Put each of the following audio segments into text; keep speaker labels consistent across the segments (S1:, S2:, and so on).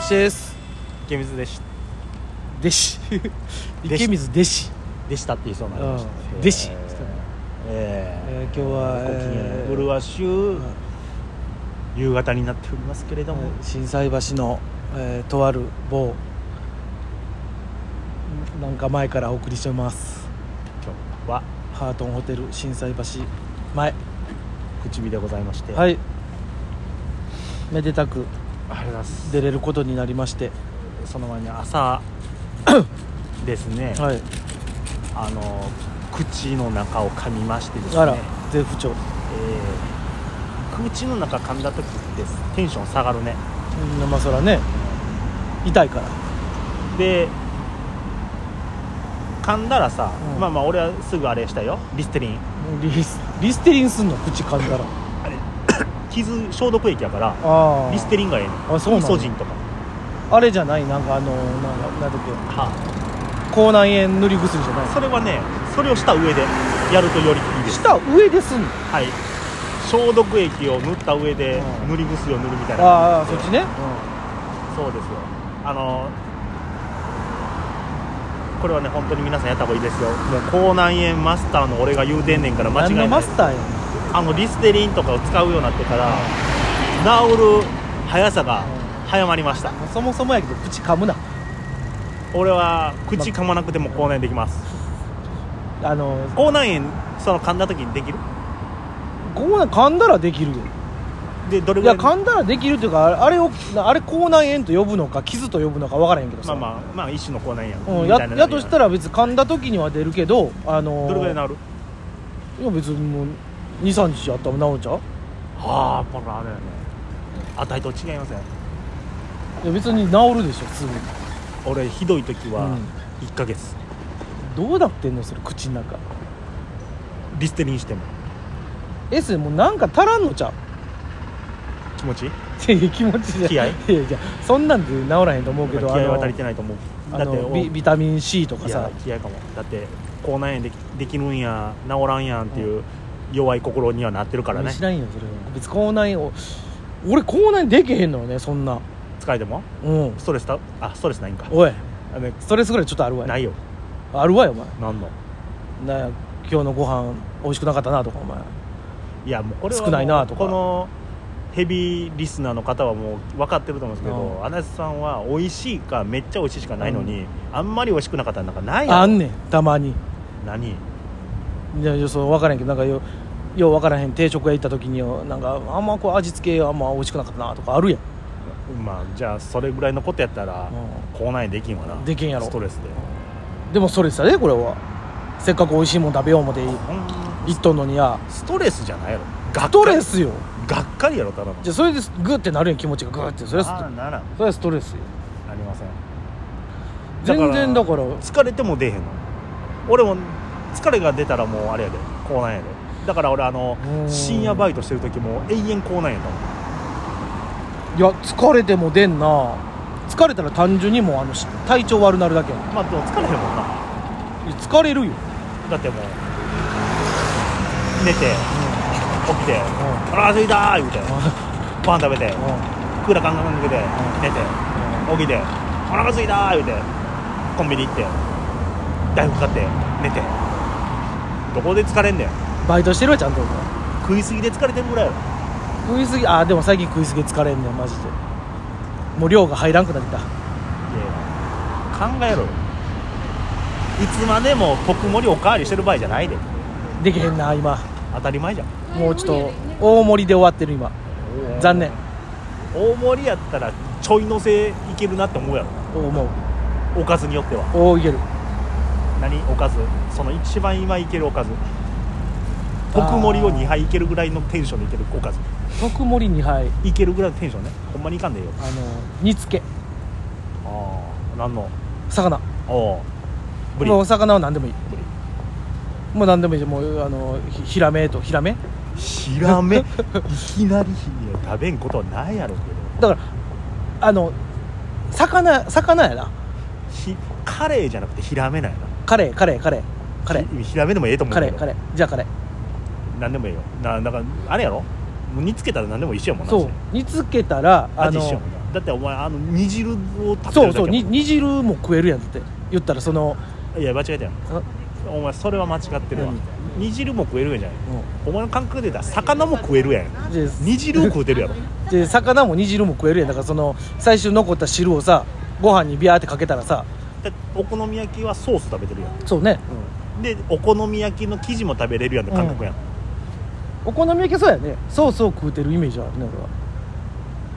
S1: ちです
S2: 池水でし
S1: 弟子
S2: 弟子
S1: 池水弟子、
S2: でしたって言いそうになりました
S1: うん弟子
S2: えええ
S1: えー今日は、
S2: ご機嫌
S1: えー
S2: ブルワシュ
S1: うん
S2: 夕方になっておりますけれども、
S1: 心斎橋の、えーとある某なんか前からお送りしてます
S2: 今日は
S1: ハートンホテル心斎橋前
S2: 口火でございまして、、
S1: はいいめでたく
S2: ありがとうございます
S1: 出れることになりまして
S2: その前に朝ですね、
S1: はい
S2: あの口の中を噛みましてです
S1: あら
S2: ね、
S1: 絶不調、う
S2: えー、口の中噛んだ時ってテンション下がるね
S1: ん、まあそらね痛いから
S2: で噛んだらさ、
S1: うん
S2: まあまあ俺はすぐあれしたよリステリン
S1: リスリステリンすんの口噛んだら
S2: 傷消毒液やから
S1: ああ
S2: リステリンがええ
S1: あそう
S2: ねん
S1: な
S2: イ
S1: の
S2: ソジンとか
S1: あれじゃないなんかあのなんかなんだっけ
S2: は
S1: 口内炎塗り薬じゃない
S2: それはねそれをした上でやるとよりいいです
S1: 舌上ですんの
S2: はい消毒液を塗った上で
S1: うん
S2: 塗り薬を塗るみたいな
S1: ああそ
S2: 感
S1: っ
S2: じ
S1: ち
S2: で
S1: ね、
S2: そうですよあのこれはね本当に皆さんやった方がいいですよもう口内炎マスターの俺が言うてんねんから間違い
S1: 何
S2: な
S1: の
S2: い
S1: マスターやねん
S2: あのリステリンとかを使うようになってから治る速さが早まりました
S1: そもそもやけど口噛むな
S2: 俺は口噛まなくても口内炎できます
S1: あの
S2: 口内炎その噛んだ時にできる
S1: ここ噛んだらできるよ
S2: でどれ
S1: い
S2: ぐら
S1: や
S2: い
S1: 噛んだらできるというかあれあれをあれ口内炎と呼ぶのか傷と呼ぶのか分からへんけど
S2: ま
S1: さ
S2: あまあまあ一種の口内炎
S1: うん、
S2: や
S1: や
S2: んみたいな
S1: やとした
S2: ら
S1: ら別に噛んだ時には出るけどあのー
S2: どれぐらい治る
S1: いや別にもう23日あったら治るんちゃう
S2: はあパラあれやね値と違いますね
S1: いや別に治るでしょすぐ
S2: 俺ひどい時
S1: う
S2: は
S1: ん
S2: 1ヶ月、
S1: どうなってんのそれ口の中
S2: リステリンしても
S1: S もうなんか足らんのちゃう
S2: 気持ちいい
S1: いやいや気持ちじゃ
S2: 気合
S1: いやいやそんなんで治らへんと思うけ
S2: 気
S1: ど
S2: 合は足り
S1: あ
S2: てないと思う
S1: の
S2: だって
S1: あの
S2: お
S1: ビビタミン C とか
S2: いや
S1: さ
S2: 気合かもだって口内炎できできるんや治らんやんっていう弱い心にはなってるからね
S1: 知らんよそれは別に口内を俺口内できへんのよねそんな
S2: 疲れても
S1: うん
S2: ストレスたあストレスないんか
S1: おい
S2: あの
S1: ストレスぐらいちょっとあるわよ
S2: ないよ
S1: あるわよお前
S2: なんの
S1: なんや今日のご飯美味しくなかったなとかお前
S2: いやもうこれはもう
S1: 少ないなとか
S2: このヘビーリスナーの方はもう分かってると思うんですけ
S1: う
S2: ど足立さんは美味しいかめっちゃ美味しいしかないのに、あんまり美味しくなかったなんかないやろ
S1: あんねんたまに
S2: 何
S1: いやいやそう分からへんけどなんかよよう分からへん定食屋行った時によなんかあんまこう味付けあんま美味しくなかったなとかあるやん
S2: まあじゃあそれぐらいのことやったら
S1: う
S2: 口内炎できんわな
S1: できんやろ
S2: ストレスで
S1: でもストレスだねこれはせっかく美味しいもん食べよう思て
S2: ほんま
S1: 行っとんのにや
S2: ストレスじゃないやろがっかり
S1: ストレスよ
S2: がっかりやろただの
S1: じゃあそれでグーってなるやん気持ちがグーってそれはス
S2: あーならん
S1: トそれはストレスよ
S2: ありませんだから
S1: 全然だから
S2: 疲れても出えへんの俺も疲れが出たらもうあれやで口内炎やでだから俺あの
S1: うん
S2: 深夜バイトしてる時も永遠口内炎やっ
S1: いや疲れても出んな疲れたら単純にもうあのし体調悪なるだけやんい
S2: たのまあでも疲れへんもんな
S1: や疲れるよ、
S2: だってもう寝て起きて「
S1: うん
S2: お腹すいた!」言うてパン食べて
S1: うん
S2: クーラーカンカン抜けて寝て起きて「お腹すいた!」言うてコンビニ行って大福買って寝てどこで疲れんだよ
S1: バイトしてるわちゃんとお前
S2: 食いすぎで疲れてるぐらいやろ
S1: 食いすぎあでも最近食いすぎ疲れんねんマジでもう量が入らんくなってきた
S2: いや考えろよいつまでも特盛りおかわりしてる場合じゃないで
S1: できへんな今
S2: 当たり前じゃん
S1: もうちょっと大盛りで終わってる今残念
S2: 大盛りやったらちょいのせいけるなって思うやろ
S1: 思う
S2: おかずによっては
S1: おおいける
S2: 何おかずその一番今いけるおかず特盛りを2杯いけるぐらいのテンションでいけるおかず
S1: 特盛り2杯
S2: いけるぐらいのテンションねほんまにいかんでええよ
S1: あの煮つけ
S2: ああ何の
S1: 魚
S2: おおブリ
S1: もうお魚は何でもいい
S2: ブリ
S1: もう何でもいいじゃんもうあのひヒラメとヒラメ
S2: ヒラ メいきなりヒラメ食べんことはないやろうけど
S1: だからあの魚魚やな
S2: ひカレーじゃなくてヒラメなんやな
S1: カレーカレーカレーカレー
S2: ひひらめでもええと思う
S1: カ
S2: け
S1: レ
S2: ど
S1: ーカレーじゃあカレー
S2: 何でもええよなだからあれやろもう煮つけたら何でも一緒やもんな
S1: そう煮つけたらあ
S2: 味一緒や
S1: の
S2: もんなだってお前あの煮汁を食べてる
S1: そ
S2: だけやもん
S1: うそうに煮汁も食えるやんって言ったらその
S2: いや間違えたよ
S1: あ
S2: お前それは間違ってるわ
S1: 何
S2: 煮汁も食えるやんじゃない
S1: うん
S2: お前の感覚で言ったら魚も食えるやん
S1: で
S2: 煮汁を食うてるやろ
S1: で魚も煮汁も食えるやんだからその最終残った汁をさご飯にビャーってかけたらさ
S2: だってお好み焼きはソース食べてるやん、
S1: そうね
S2: でお好み焼きの生地も食べれるやんの感覚やん、
S1: お好み焼きそうやねソースを食うてるイメージはあるね俺は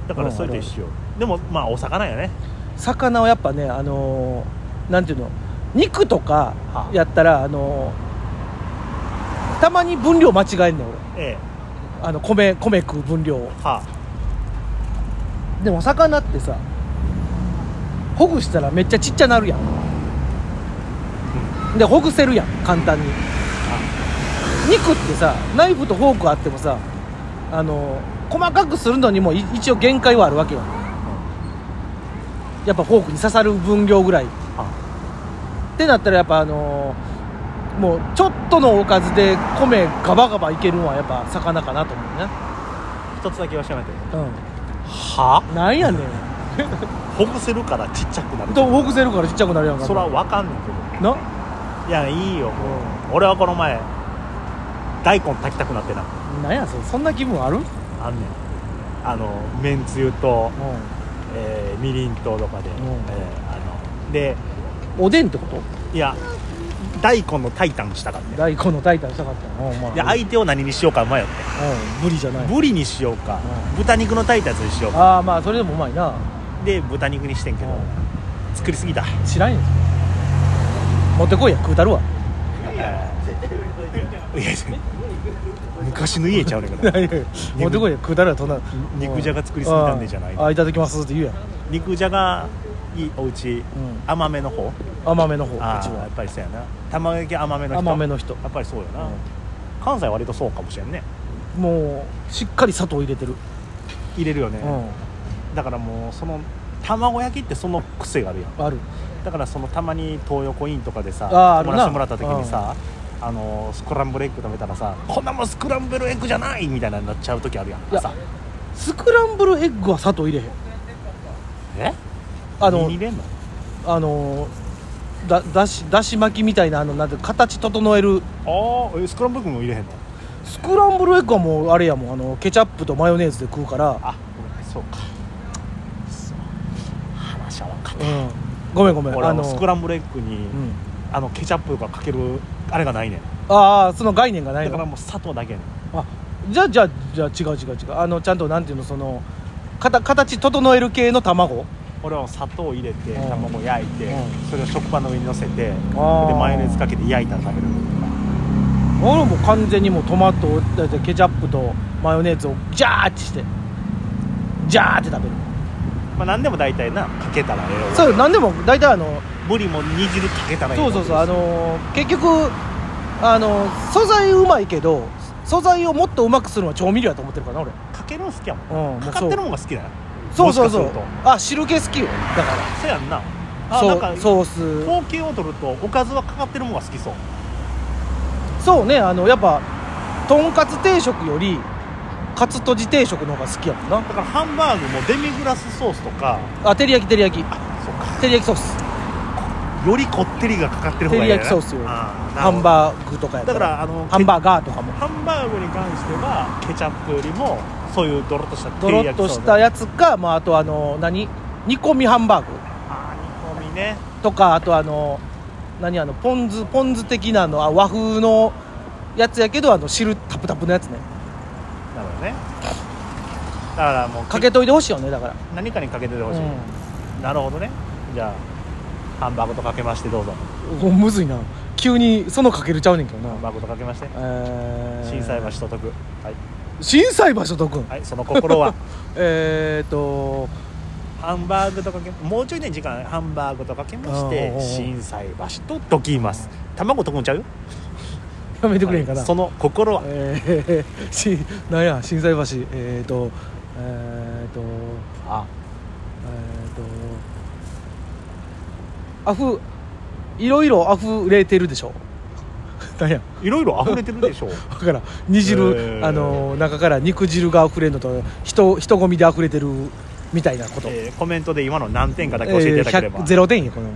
S2: だからそれと一緒よでもまあお魚やね
S1: 魚はやっぱねあのーなんていうの肉とか
S2: はあ
S1: やったらあのーたまに分量間違えんねん俺
S2: え
S1: あの米米食う分量を
S2: えは
S1: でも魚ってさほぐしたらめっちゃちっちゃなるやん、でほぐせるやん簡単に肉ってさナイフとフォークあってもさあの細かくするのにもい一応限界はあるわけやんやっぱフォークに刺さる分量ぐらいっ
S2: あは
S1: てなったらやっぱあのもうちょっとのおかずで米ガバガバいけるのはやっぱ魚かなと思うね
S2: 一つだけ言わせてもらって
S1: う
S2: は
S1: んなんやねん
S2: ほぐせるからちっちゃくなる
S1: とほぐせるからちっちゃくなるやんか
S2: それは分かんねんけ
S1: な
S2: どいやいいよ俺はこの前大根炊きたくなってな
S1: なんやそれそんな気分ある、うん、
S2: あんねんあのめんつゆと、えーみりんととかで、
S1: ん
S2: えーあので
S1: おでんってこと
S2: いや大根の炊いたんしたかって
S1: 大根の炊いたりしたかったのうんまあ
S2: で相手を何にしようか迷って
S1: うん無理じゃない
S2: ぶりにしようか、
S1: う
S2: 豚肉の炊いたやつにしようか
S1: ああまあそれでもうまいな、
S2: で豚肉にしてんけど、
S1: う
S2: 作りすぎた
S1: ん、知らんやん持ってこいや食うた るわ
S2: いや昔の家ちゃうねんか
S1: 持
S2: ら
S1: ってこいや食うたるわそんな
S2: 肉じゃが作りすぎたんでじゃない
S1: ああいただきますって言うやん、
S2: 肉じゃがいいおうち
S1: う
S2: 甘めの方
S1: ん、甘めの方こっち
S2: ああや
S1: は
S2: っぱりそうやな玉焼き甘めの人
S1: 甘めの人
S2: やっぱりそうやな、
S1: うん
S2: 関西は割とそうかもしれんね
S1: もうしっかり砂糖入れてる、
S2: 入れるよね、
S1: う
S2: だからもうその卵焼きってその癖があるやん
S1: んある
S2: だからそのたまに東横インとかでさ
S1: あーある
S2: 友
S1: な
S2: 達もらった時にさ、あのスクランブルエッグ食べたらさこんなもんスクランブルエッグじゃないみたいなになっちゃう時あるやん
S1: や
S2: 朝
S1: スクランブルエッグは砂糖入れへん
S2: え
S1: あの
S2: 身に入れんの
S1: あのだだしだし巻きみたいなあのなんて形整える
S2: ああえスクランブルエッグも入れへんの
S1: スクランブルエッグはもうあれやもんあのケチャップとマヨネーズで食うから、
S2: あごめんそうかそう話は分かっ
S1: うん、ごめんごめ
S2: た
S1: ん
S2: 俺あ
S1: あ
S2: の
S1: の
S2: スクランブルエッグに、
S1: うん、
S2: あのケチャップがかけるあれがないねん
S1: ああその概念がない
S2: だから
S1: の
S2: もう砂糖だけやねん
S1: あじゃあじゃあじゃあ違う違う違うあのちゃんとなんていうのそのかた形整える系の卵
S2: 俺は砂糖入れて
S1: うん
S2: 卵焼いて
S1: うん
S2: それを食パンの上に乗せてで
S1: ー
S2: マヨネーズかけて焼いたら食べる
S1: 俺もう完全にもうトマトをだいたいケチャップとマヨネーズをジャーってしてジャーって食べる
S2: まあ何でも大体なかけたらええよ
S1: そう何でも大体あの
S2: ブリも煮汁かけたらええ
S1: そ
S2: よ
S1: うそうそうあのー結局あのー素材うまいけど素材をもっとうまくするのは調味料やと思ってるからな俺
S2: かけるの好きやもん
S1: うんも
S2: か
S1: う
S2: か
S1: そ
S2: っ
S1: う
S2: てるもんが好きだよ
S1: そうそうそ
S2: もし
S1: う
S2: かする
S1: あ汁気好きよだか
S2: とそうやんな
S1: ら
S2: あなんか
S1: そうソー
S2: 統計を取るとおかずはかかってるもんが好きそう
S1: スそうねあのやっぱとんかつ定食よりカツとじ定食の方が好きやもんな
S2: だからハンバーグもデミグラスソースとか
S1: あ照り焼き照り焼き
S2: あそうか
S1: 照り焼きソース
S2: よりこってりがかかってる方がいい
S1: 照り焼きソースよ
S2: ハ
S1: ハンバーグとかやった
S2: だからあの
S1: ハンバーガーとかも
S2: ハンバーグに関してはケチャップよりもそういうドロッとした
S1: ドロッとしたやつか、まあ、あとあの何煮込みハンバーグ
S2: あー煮込みね
S1: とかあとあの何あのポン酢ポン酢的なあのあ和風のやつやけどあの汁タプタプのやつね
S2: なるほどねだからもう
S1: かけといてほしいよねだから、
S2: 何かにかけててほしい、
S1: う
S2: なるほどねじゃあハンバーグとかけましてどうぞ
S1: ん、おむずいな急にそのかけるちゃうねんけどな
S2: ハン、バーグとかけまして
S1: えー
S2: 心斎橋と得はい、
S1: 心斎橋所得
S2: はい、その心 は
S1: えーっと
S2: ハンバーグとかけもうちょいね時間ハンバーグとかけまし
S1: うん
S2: て
S1: うんうん
S2: 心斎橋と解きます卵溶くんちゃう
S1: やめてくれへんかな、
S2: はいその心は
S1: えー、しなんや心斎橋えーっとえーっと
S2: あ
S1: えーっとアフいろいろ溢れてるでしょなんや
S2: いろいろ溢れてるで しょう
S1: だから煮汁、
S2: えー
S1: あの中から肉汁が溢れるのと人人混みで溢れてるみたいなこと、
S2: えーコメントで今の何点かだけ教えていただければ、
S1: えー100 0点やこの